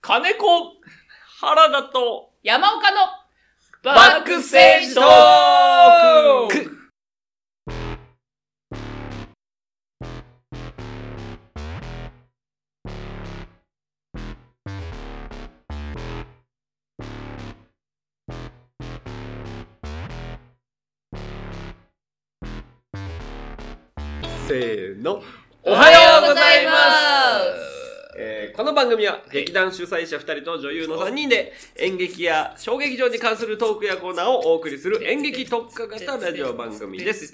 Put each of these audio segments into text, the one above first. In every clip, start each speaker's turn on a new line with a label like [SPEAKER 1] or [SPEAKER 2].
[SPEAKER 1] 金子、原田と、
[SPEAKER 2] 山岡の
[SPEAKER 1] バックステージトークせーの、おはようございますえーこの番組は劇団主催者2人と女優の3人で演劇や小劇場に関するトークやコーナーをお送りする演劇特化型ラジオ番組 です。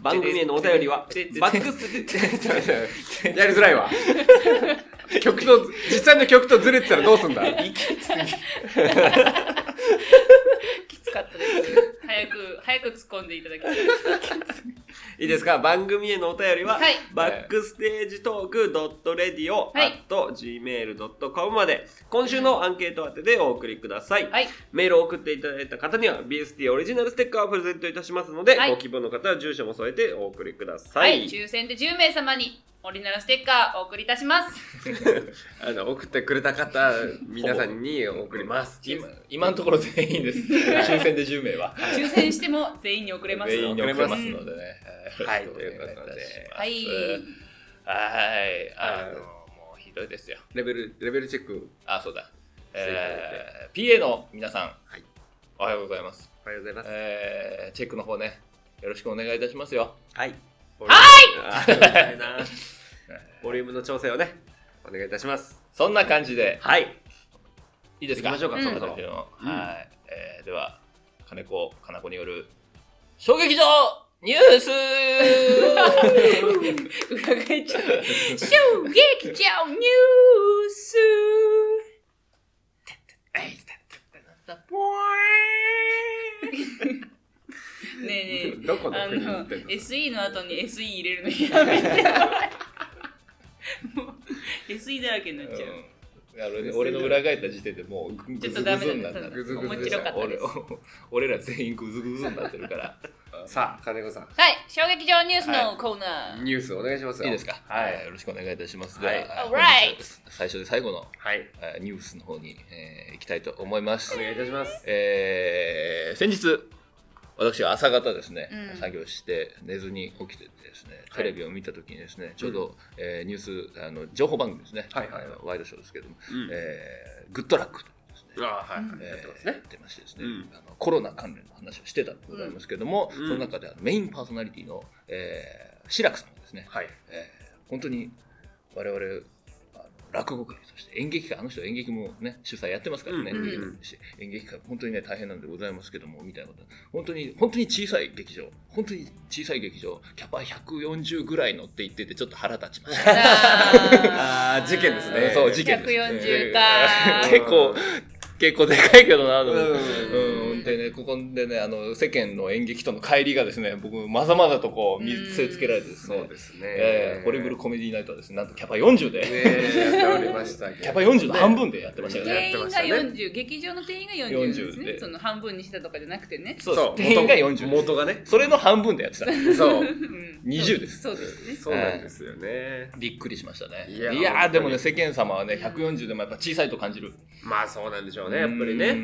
[SPEAKER 1] 番組へのお便りは、バックス、ちょっと待ってやりづらいわ。 曲と、実際の曲とずれてたらどうすんだ
[SPEAKER 2] きつかったです。早く、早く突っ込んでいただきたい。
[SPEAKER 1] いいですか番組へのお便りは、
[SPEAKER 2] はい
[SPEAKER 1] バックステージトーク .radio
[SPEAKER 2] はい
[SPEAKER 1] at gmail.com まで、今週のアンケート宛てでお送りください。
[SPEAKER 2] はい。
[SPEAKER 1] メールを送っていただいた方には BST オリジナルステッカーをプレゼントいたしますので、
[SPEAKER 2] はい
[SPEAKER 1] ご希望の方は住所も添えてお送りくださ。
[SPEAKER 2] はいい。抽選で10名様にオリジナルステッカーお送りいたします。
[SPEAKER 3] あの送ってくれた方皆さんに送ります。
[SPEAKER 4] 今今のところ全員です。抽選で10名は。
[SPEAKER 2] 抽選しても全員に送れます
[SPEAKER 4] 全
[SPEAKER 2] よ
[SPEAKER 4] 員。に送れますのでね。
[SPEAKER 3] はい
[SPEAKER 4] よろしくお願いいたします
[SPEAKER 2] はい。
[SPEAKER 4] はい。あの、もうひどいですよ。
[SPEAKER 3] レベルレベルチェック
[SPEAKER 4] あ、そうだ。えー、PA の皆さん、
[SPEAKER 3] い
[SPEAKER 4] おはようございます。
[SPEAKER 1] おはようございます。
[SPEAKER 4] えー、チェックの方ね、よろしくお願いいたしますよ。
[SPEAKER 3] はい
[SPEAKER 1] はいなボリュームの調整をね、
[SPEAKER 3] お願いいたします。
[SPEAKER 4] そんな感じで、
[SPEAKER 1] はい。
[SPEAKER 4] いいですか
[SPEAKER 3] 行きましょうか
[SPEAKER 2] うんそろ
[SPEAKER 3] そろ
[SPEAKER 4] 私の
[SPEAKER 3] うん
[SPEAKER 4] はい。えーでは、金子、かな子による、衝撃場ニュース
[SPEAKER 2] 裏返っちゃう。衝撃場ニュースねえねえ。
[SPEAKER 3] どこの
[SPEAKER 2] あ
[SPEAKER 3] 国に行
[SPEAKER 2] の
[SPEAKER 3] ってんの？
[SPEAKER 2] SE の後に SE 入れるのやめてもう SE だらけになっちゃう、
[SPEAKER 4] うんいや俺俺の裏返った時点でもうグズ
[SPEAKER 2] ちょっと
[SPEAKER 4] グ
[SPEAKER 2] ダ
[SPEAKER 4] ズ
[SPEAKER 2] メだ
[SPEAKER 4] に
[SPEAKER 2] ね
[SPEAKER 4] なった
[SPEAKER 3] グズグズ
[SPEAKER 2] 面白かったですは
[SPEAKER 4] 俺俺ら全員グズグズになってるから
[SPEAKER 3] さあ金子さん
[SPEAKER 2] い衝撃場ニュースのコーナー、
[SPEAKER 3] ニュースお願いしますよ。
[SPEAKER 4] いいですか
[SPEAKER 3] はい
[SPEAKER 4] よろしくお願いいたします
[SPEAKER 3] はい
[SPEAKER 4] では
[SPEAKER 2] Alright
[SPEAKER 4] 本日最初で最後の
[SPEAKER 3] はい
[SPEAKER 4] えーニュースの方にえー行きたいと思います
[SPEAKER 3] お願いいたします。
[SPEAKER 4] えー先日私は朝方ですね、
[SPEAKER 2] うん
[SPEAKER 4] 作業して寝ずに起きててですねテレビを見た時にですね、ちょうど、えーニュースあの情報番組ですね、
[SPEAKER 3] はいはいはい
[SPEAKER 4] あのワイドショーですけども、
[SPEAKER 3] うん
[SPEAKER 4] えーグッドラックというですね
[SPEAKER 3] あはいいやってます
[SPEAKER 4] えーや
[SPEAKER 3] ね。
[SPEAKER 4] ってましてですね、
[SPEAKER 3] うん
[SPEAKER 4] あのコロナ関連の話をしてたんでございますけれども、
[SPEAKER 3] うん
[SPEAKER 4] その中であのメインパーソナリティの、えー、志らくさんがですね、
[SPEAKER 3] はい
[SPEAKER 4] えー本当に我々あの落語界そして演劇界あの人は演劇もね主催やってますからね、
[SPEAKER 3] うん
[SPEAKER 2] うん
[SPEAKER 3] うん
[SPEAKER 4] し演劇界本当にね大変なんでございますけどもみたいなこと本当に本当に小さい劇場本当に小さい劇場キャパ140ぐらいのって言っててちょっと腹立ちました。
[SPEAKER 3] あ ー事件ですね。
[SPEAKER 4] そう事件です
[SPEAKER 2] 140か
[SPEAKER 4] うん 結構結構でかいけどなと
[SPEAKER 3] う
[SPEAKER 4] 思って。
[SPEAKER 3] ん
[SPEAKER 4] うん、でね、ここでね、あの、世間の演劇との乖離がですね、僕、まざまざとこう、見せつけられてですね、
[SPEAKER 3] そうですね。
[SPEAKER 4] えーホリブルコメディナイトはですね、なんとキャパ40
[SPEAKER 3] ね
[SPEAKER 4] で、
[SPEAKER 3] やっておりましたけど。
[SPEAKER 4] キャパ40の半分でやってましたよね。
[SPEAKER 2] 定員が
[SPEAKER 3] やって
[SPEAKER 2] 40、劇場の定員が40ですね
[SPEAKER 4] 40で
[SPEAKER 2] その半分にしたとかじゃなくてね、
[SPEAKER 4] そうです。定員が40です。
[SPEAKER 3] 元がね。
[SPEAKER 4] それの半分でやってた。
[SPEAKER 3] そう
[SPEAKER 2] うん、
[SPEAKER 4] 20です
[SPEAKER 2] そうですね
[SPEAKER 3] そうなんですよね。
[SPEAKER 4] びっくりしましたね。
[SPEAKER 3] い
[SPEAKER 4] い
[SPEAKER 3] や
[SPEAKER 4] や
[SPEAKER 3] 本当
[SPEAKER 4] ー、
[SPEAKER 3] に
[SPEAKER 4] でもね、世間様はね、140でもやっぱ小さいと感じる。
[SPEAKER 3] まあそうなんでしょうねやっぱりね。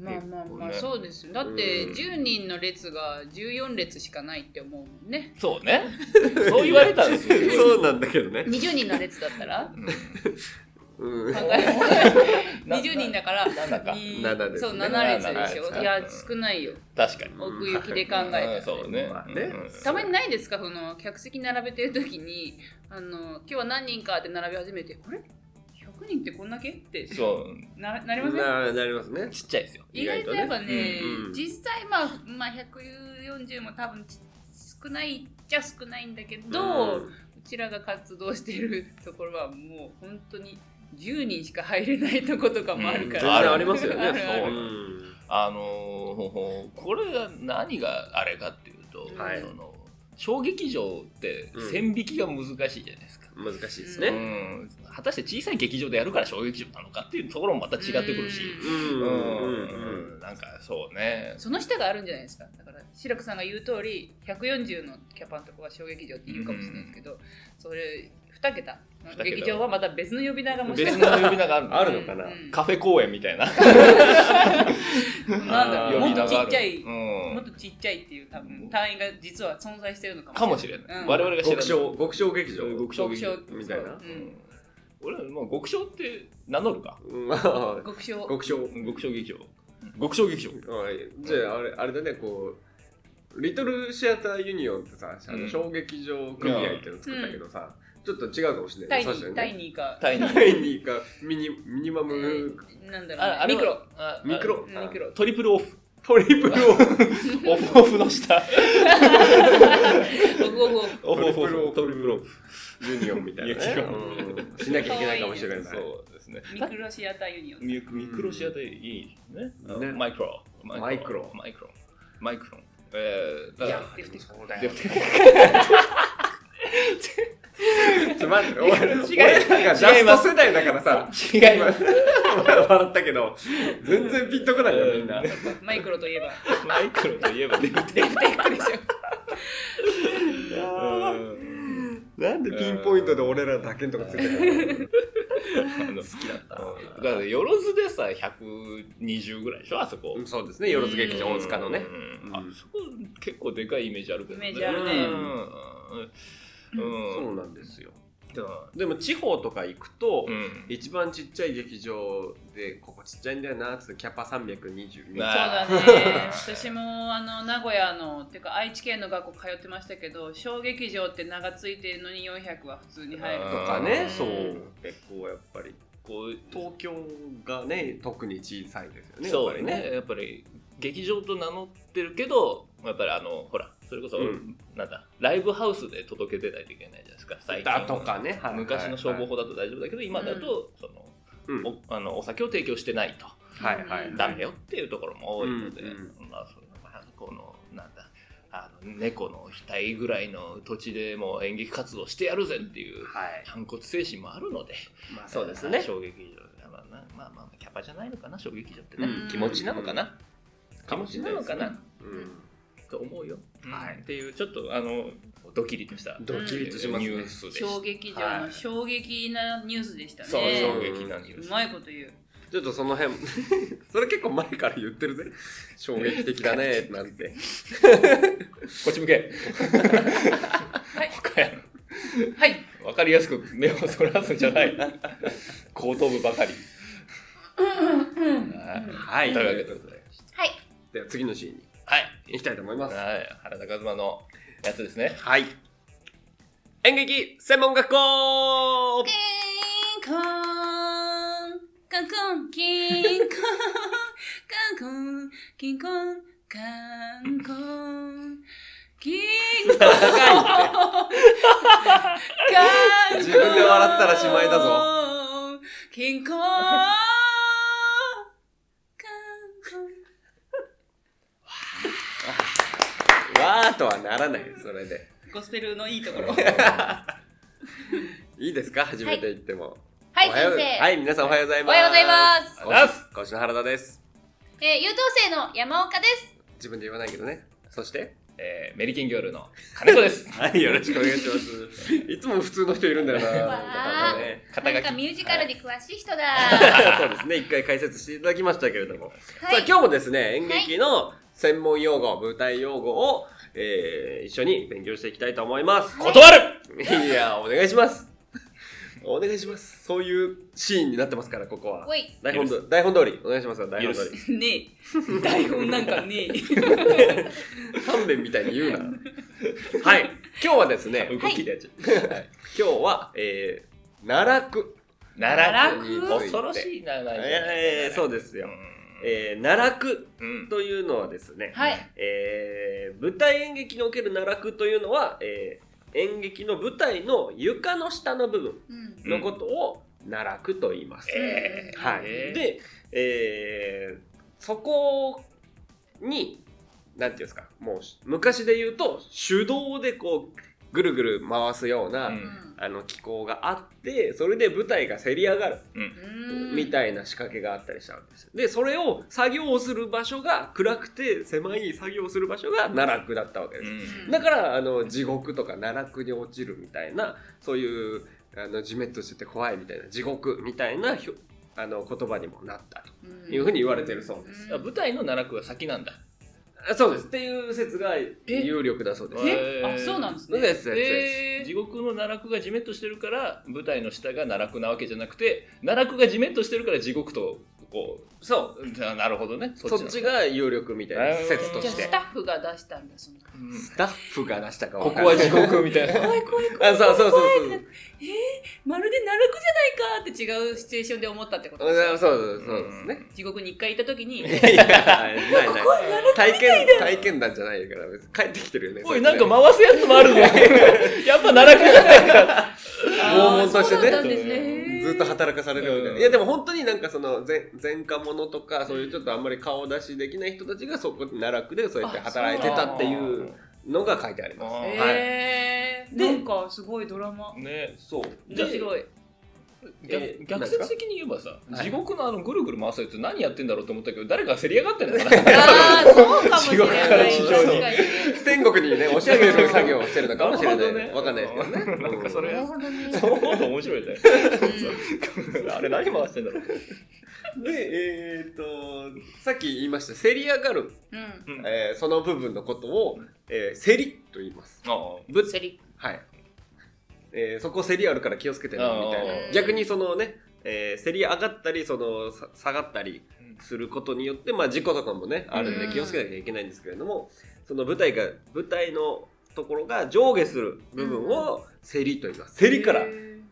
[SPEAKER 2] まあまあまあ
[SPEAKER 4] そう
[SPEAKER 2] そうですよだって10人の列が14列しかないって思うもんね
[SPEAKER 4] ん。そうね。 そう言われたんですよ。
[SPEAKER 3] そうなんだけどね。
[SPEAKER 2] 20人の列だったら
[SPEAKER 4] うん
[SPEAKER 3] うん
[SPEAKER 2] 考。 え
[SPEAKER 4] な
[SPEAKER 2] 20人だから
[SPEAKER 4] なんだか。
[SPEAKER 2] に
[SPEAKER 3] 7ですね
[SPEAKER 2] そう7列で
[SPEAKER 4] 7列
[SPEAKER 2] しょ
[SPEAKER 4] か
[SPEAKER 2] いや少ないよ
[SPEAKER 4] 確かに。
[SPEAKER 2] 奥行きで考えたら
[SPEAKER 4] うんそうね
[SPEAKER 3] まあね。
[SPEAKER 4] うん
[SPEAKER 2] たまにないですかその客席並べてる時にあの今日は何人かって並び始めてあれ100人ってこんだけって
[SPEAKER 4] そう。
[SPEAKER 2] ななりません
[SPEAKER 3] ななりますね。
[SPEAKER 4] ちっちゃいですよ。
[SPEAKER 2] 意外とやっぱね
[SPEAKER 3] うんうん
[SPEAKER 2] 実際まあ、まあ、140も多分ち少ないっちゃ少ないんだけど、うちらが活動してるところはもう本当に10人しか入れないとことかもある
[SPEAKER 3] 全
[SPEAKER 2] か
[SPEAKER 3] 然
[SPEAKER 2] ら、
[SPEAKER 3] ありますよね。
[SPEAKER 2] あるある
[SPEAKER 3] う
[SPEAKER 4] そ
[SPEAKER 3] ん
[SPEAKER 4] あのーほほこれが何があれかっていうと、
[SPEAKER 3] はい
[SPEAKER 4] その小劇場って線引きが難しいじゃないですか。
[SPEAKER 3] 難しいです
[SPEAKER 4] う
[SPEAKER 3] ね。
[SPEAKER 4] ん果たして小さい劇場でやるから小劇場なのかっていうところもまた違ってくるし、
[SPEAKER 3] う
[SPEAKER 4] うんん
[SPEAKER 3] うん
[SPEAKER 4] なんかそうね、
[SPEAKER 2] その下があるんじゃないですかだから白くさんが言う通り140のキャパのとこは小劇場って言うかもしれないですけど、それ2桁
[SPEAKER 4] 二桁
[SPEAKER 2] 劇場はまた別の呼び名がもしか
[SPEAKER 4] 別
[SPEAKER 2] し
[SPEAKER 4] の
[SPEAKER 2] たら
[SPEAKER 4] 呼び名があるの
[SPEAKER 1] あるのかな、
[SPEAKER 2] うん
[SPEAKER 4] カフェ公演みたいな
[SPEAKER 2] なんだろう
[SPEAKER 4] 呼
[SPEAKER 2] も
[SPEAKER 4] び
[SPEAKER 2] っ
[SPEAKER 4] 名
[SPEAKER 2] とち
[SPEAKER 4] があ
[SPEAKER 2] っ
[SPEAKER 4] る
[SPEAKER 2] ちゃい、
[SPEAKER 4] うん
[SPEAKER 2] もっとちっちゃいっていう多分単位が実は存在してるのかも
[SPEAKER 4] かもしれない、
[SPEAKER 2] うん
[SPEAKER 4] 我々が知ら
[SPEAKER 1] 極
[SPEAKER 4] ない
[SPEAKER 1] 小極小劇場
[SPEAKER 4] 極
[SPEAKER 2] 極小
[SPEAKER 1] みたいな
[SPEAKER 2] う
[SPEAKER 4] うんん俺らもう極小って名乗るか
[SPEAKER 1] うんあ
[SPEAKER 2] 極小
[SPEAKER 1] 極小
[SPEAKER 4] 極小劇場極小劇場
[SPEAKER 1] はいじゃああれあれだねこうリトルシアターユニオンってさあ
[SPEAKER 4] う
[SPEAKER 1] の
[SPEAKER 4] ん
[SPEAKER 1] 小劇場組合っていうの作ったけどさ、ちょっと違うかもしれな
[SPEAKER 2] タ
[SPEAKER 1] い
[SPEAKER 2] イニ
[SPEAKER 1] ね確か
[SPEAKER 2] ー
[SPEAKER 1] に
[SPEAKER 2] タイ
[SPEAKER 1] ね
[SPEAKER 2] ニーか
[SPEAKER 4] タイに
[SPEAKER 1] タイニーかミニミニマム、
[SPEAKER 2] なんだろう、ね、ミクロ
[SPEAKER 4] あ
[SPEAKER 1] ミクロ
[SPEAKER 2] うんミクロ
[SPEAKER 4] トリプルオフ
[SPEAKER 1] トリプルオフ
[SPEAKER 4] オフオフの下
[SPEAKER 2] ゴゴゴ
[SPEAKER 4] オフオフ
[SPEAKER 1] トリプルオフユニオンみたいな、
[SPEAKER 4] ユ
[SPEAKER 1] ね
[SPEAKER 4] ニオ
[SPEAKER 1] うんしなきゃいけないかもしれない
[SPEAKER 4] そうですね
[SPEAKER 2] ミクロシアターユニオン
[SPEAKER 4] ミクミクロシアターいいね
[SPEAKER 1] ね
[SPEAKER 4] マイクロ
[SPEAKER 1] マイクロ
[SPEAKER 4] マイクロマイクロえー
[SPEAKER 1] いや
[SPEAKER 2] デフテク
[SPEAKER 1] そうだよ
[SPEAKER 4] で
[SPEAKER 1] ちょ待って、俺、
[SPEAKER 4] 違
[SPEAKER 1] 俺なんかラスト世代だからさ、
[SPEAKER 4] 違います
[SPEAKER 1] す。笑ったけど、全然ピンとこないよ、みんな。
[SPEAKER 2] マイクロといえば
[SPEAKER 4] マイクロといえばデフテ
[SPEAKER 2] デフテクでしょ
[SPEAKER 1] なんでピンポイントで俺らだけのとかついてる
[SPEAKER 4] 好きだっただからよろずでさ120ぐらいでしょあそこ
[SPEAKER 1] のそうですね、よろず劇場大塚のね。
[SPEAKER 4] うんあそこ結構でかいイメージあるけど
[SPEAKER 2] イメージあるね
[SPEAKER 4] うんうん
[SPEAKER 1] そううんなんですよ。でも地方とか行くと、一番ちっちゃい劇場で、ここちっちゃいんだよな、つってキャパ322。
[SPEAKER 2] そう
[SPEAKER 4] な
[SPEAKER 2] だね私もあの名古屋のてか愛知県の学校通ってましたけど小劇場って名がついてるのに400は普通に入る
[SPEAKER 1] とかね、そう
[SPEAKER 2] うん。
[SPEAKER 1] 結構やっぱり。
[SPEAKER 4] こう
[SPEAKER 1] 東京がね、特に小さいですよね。
[SPEAKER 4] そう
[SPEAKER 1] やっぱり
[SPEAKER 4] ねやっぱり劇場と名乗ってるけどやっぱりあのほらそれこそ、
[SPEAKER 1] うん
[SPEAKER 4] なんだライブハウスで届けてないといけないじゃないですか最近
[SPEAKER 1] だとかね、はい
[SPEAKER 4] 昔の消防法だと大丈夫だけど、今だと、その
[SPEAKER 1] うん
[SPEAKER 4] おあのお酒を提供してないと
[SPEAKER 1] はいはい
[SPEAKER 4] ダメよっていうところも多いので、
[SPEAKER 1] うん
[SPEAKER 4] まあそのまあこのなんだあの猫の額ぐらいの土地でもう演劇活動してやるぜっていう
[SPEAKER 1] はい、
[SPEAKER 4] 反骨精神もあるので、
[SPEAKER 1] まあ、そうですね。
[SPEAKER 4] 衝撃場まあまあまあまあキャパじゃないのかな衝撃場ってね、
[SPEAKER 1] うん
[SPEAKER 4] 気持ちなのかな、気
[SPEAKER 1] か
[SPEAKER 4] 持
[SPEAKER 1] も
[SPEAKER 4] ち
[SPEAKER 1] し
[SPEAKER 4] な
[SPEAKER 1] れな
[SPEAKER 4] の
[SPEAKER 1] いです
[SPEAKER 4] か
[SPEAKER 1] ね
[SPEAKER 4] な、
[SPEAKER 1] うん、
[SPEAKER 4] と思うよ、
[SPEAKER 1] はい
[SPEAKER 4] っていうちょっとあのドキリとした
[SPEAKER 1] ドキリとします
[SPEAKER 4] ニュ
[SPEAKER 1] ね
[SPEAKER 4] ー。スでした
[SPEAKER 2] 小劇場の衝撃なニュースでしたね、
[SPEAKER 4] そう衝
[SPEAKER 1] ね
[SPEAKER 4] 撃なニュー
[SPEAKER 2] う
[SPEAKER 4] ス
[SPEAKER 2] まいこと言う
[SPEAKER 1] ちょっとその辺、 それ結構前から言ってるぜ。衝撃的だね、なんて。
[SPEAKER 4] こっち向け
[SPEAKER 2] はい
[SPEAKER 4] 他や
[SPEAKER 2] はい
[SPEAKER 4] わかりやすく目をそらすんじゃない後頭部ばかりは
[SPEAKER 1] はいい、
[SPEAKER 4] と
[SPEAKER 1] と
[SPEAKER 4] い
[SPEAKER 1] いうう
[SPEAKER 4] こ
[SPEAKER 1] こととで。
[SPEAKER 2] はい
[SPEAKER 1] では次のシーンに
[SPEAKER 4] はい
[SPEAKER 1] 行きたいと思います。
[SPEAKER 4] はい原田和馬のやつですね
[SPEAKER 1] はい。演劇専門学校
[SPEAKER 2] 健康健康健康健康健康健康健康
[SPEAKER 1] 自分で笑ったらしまいだ
[SPEAKER 2] ぞ健康
[SPEAKER 1] わーとはならない、それで。
[SPEAKER 2] ゴスペルのいいところ
[SPEAKER 1] いいですか始めていっても。
[SPEAKER 5] はい、
[SPEAKER 1] お
[SPEAKER 5] 先
[SPEAKER 1] はよう
[SPEAKER 5] 生。
[SPEAKER 1] はい、皆さんおはようござい
[SPEAKER 5] お
[SPEAKER 1] ます。
[SPEAKER 5] はようございます。
[SPEAKER 1] おはようございます。講師の原田です。
[SPEAKER 5] えー、優等生の山岡です。
[SPEAKER 1] 自分で言わないけどね。そして
[SPEAKER 4] えーメリケンギョールの金子です
[SPEAKER 1] はい、よろしくお願いします。 いつも普通の人いるんだよな。
[SPEAKER 5] わー
[SPEAKER 1] 方 ね
[SPEAKER 4] 肩
[SPEAKER 5] な
[SPEAKER 4] 書
[SPEAKER 5] んか
[SPEAKER 4] き
[SPEAKER 5] ミュージカルに詳しい人だ。
[SPEAKER 1] そうですね、一回解説していただきましたけれども。
[SPEAKER 5] は
[SPEAKER 1] さあ、
[SPEAKER 5] い。
[SPEAKER 1] 今日もですね、演劇の専門用語、舞台用語を、えー一緒に勉強していきたいと思います。
[SPEAKER 4] 断る
[SPEAKER 1] いや、お願いします。お願いします。そういうシーンになってますから、ここは
[SPEAKER 5] お。い。
[SPEAKER 1] 台本ど台本通り、お願いしますよ、台本通り。
[SPEAKER 2] ねえ台本なんかねえ
[SPEAKER 1] 勘弁みたいに言うな。はい、今日はですね、
[SPEAKER 4] 動きでやっちゃう
[SPEAKER 1] 今日は、えー、奈良区。
[SPEAKER 4] 奈良
[SPEAKER 1] につ
[SPEAKER 4] 君
[SPEAKER 1] いて
[SPEAKER 4] 恐ろしい名前
[SPEAKER 1] えー、そうですよ。えー、奈良区
[SPEAKER 4] うん
[SPEAKER 1] というのはですね、
[SPEAKER 5] はい。
[SPEAKER 1] えー舞台演劇における奈落というのは、えー演劇の舞台の床の下の部分
[SPEAKER 5] うん。
[SPEAKER 1] のことを奈落と言います。
[SPEAKER 4] えー
[SPEAKER 1] はい、
[SPEAKER 4] えー
[SPEAKER 1] で、えーそこに何て言うんですかもう昔で言うと手動でこうぐるぐる回すような、
[SPEAKER 4] うん
[SPEAKER 1] あの機構があってそれで舞台がせり上がる
[SPEAKER 2] うん
[SPEAKER 1] みたいな仕掛けがあったりしたわけですよでそれを作業をする場所が暗くて狭い作業をする場所が奈落だったわけです、
[SPEAKER 4] うん
[SPEAKER 1] だからあの地獄とか奈落に落ちるみたいなそういうあのジメッとしてて怖いみたいな地獄みたいなひょあの言葉にもなったというふうに言われてるそうです。
[SPEAKER 2] す
[SPEAKER 4] あ舞台の奈落は先なんだ
[SPEAKER 1] あそうですっていう説が有力だそうです。
[SPEAKER 2] えあそうなんです
[SPEAKER 1] そう
[SPEAKER 2] ね
[SPEAKER 1] ですそう
[SPEAKER 2] え
[SPEAKER 4] 地獄の奈落がじめっとしてるから舞台の下が奈落なわけじゃなくて奈落がじめっとしてるから地獄とこ
[SPEAKER 1] そう
[SPEAKER 4] じゃあなるほどね
[SPEAKER 1] うそっちが有力みたいな説と
[SPEAKER 2] じゃ
[SPEAKER 1] し
[SPEAKER 2] あ
[SPEAKER 1] て
[SPEAKER 2] スタッフが出したんだその
[SPEAKER 4] うん
[SPEAKER 1] スタッフが出したか
[SPEAKER 4] こ
[SPEAKER 1] わ
[SPEAKER 4] こ
[SPEAKER 1] かんな
[SPEAKER 4] はい地獄みたいな
[SPEAKER 2] 怖い怖い
[SPEAKER 1] あそうそうそうそう
[SPEAKER 2] えー、まるで奈落じゃないかって違うシチュエーションで思ったってことです
[SPEAKER 1] うん
[SPEAKER 2] よ
[SPEAKER 1] そうそうですね。
[SPEAKER 2] 地獄に一回行った時に
[SPEAKER 1] いやいやないない体験体験談じゃないから別に帰ってきてるよね。
[SPEAKER 4] おい
[SPEAKER 1] そ
[SPEAKER 4] な
[SPEAKER 1] つ
[SPEAKER 4] ん
[SPEAKER 1] ね
[SPEAKER 4] か回すやつもある ぞやっぱ奈落じゃないか
[SPEAKER 1] 拷問としてね
[SPEAKER 2] あーそうだったんですね
[SPEAKER 1] ずっと働かされるみたいな、
[SPEAKER 4] うん
[SPEAKER 1] いやでも本当になんかその前前科者とかそういうちょっとあんまり顔出しできない人たちがそこで奈落でそうやって働いてたっていうのが書いてあります
[SPEAKER 4] あ
[SPEAKER 1] はい、
[SPEAKER 2] えー、なんかすごいドラマ
[SPEAKER 4] ね
[SPEAKER 1] そう
[SPEAKER 2] 面白い
[SPEAKER 1] え
[SPEAKER 4] 逆
[SPEAKER 1] ー
[SPEAKER 4] 逆
[SPEAKER 1] なんですか
[SPEAKER 4] 説的に言えばさ、
[SPEAKER 1] はい
[SPEAKER 4] 地獄のあのぐるぐる回すやつ何やってんだろうと思ったけど誰か競り上がってんのかな
[SPEAKER 2] ああそうかもしれ
[SPEAKER 1] 地獄から
[SPEAKER 2] ない
[SPEAKER 1] 地上に
[SPEAKER 2] 確かに
[SPEAKER 1] 天国にね押し上げる作業をしてるの かもしれない、
[SPEAKER 4] なるほどね
[SPEAKER 1] わかんないですけどね
[SPEAKER 4] なんかそれ
[SPEAKER 1] う
[SPEAKER 4] は
[SPEAKER 1] ん
[SPEAKER 4] そう思うと面白いね あれ何回してんだろう
[SPEAKER 1] でえーっとさっき言いました「せり上がる
[SPEAKER 2] うん、」
[SPEAKER 1] えーその部分のことを「えーせり」と言います
[SPEAKER 4] あ
[SPEAKER 2] ぶっせり
[SPEAKER 1] はい、えーそこ競りあるから気をつけてねみたい
[SPEAKER 2] あ
[SPEAKER 1] な
[SPEAKER 2] ー
[SPEAKER 1] 逆にそのね、えー競り上がったりそのさ下がったりすることによって、まあ、事故とかもねあるんで
[SPEAKER 2] うん
[SPEAKER 1] 気をつけなきゃいけないんですけれども、その舞台が舞台のところが上下する部分を競りと言います競りから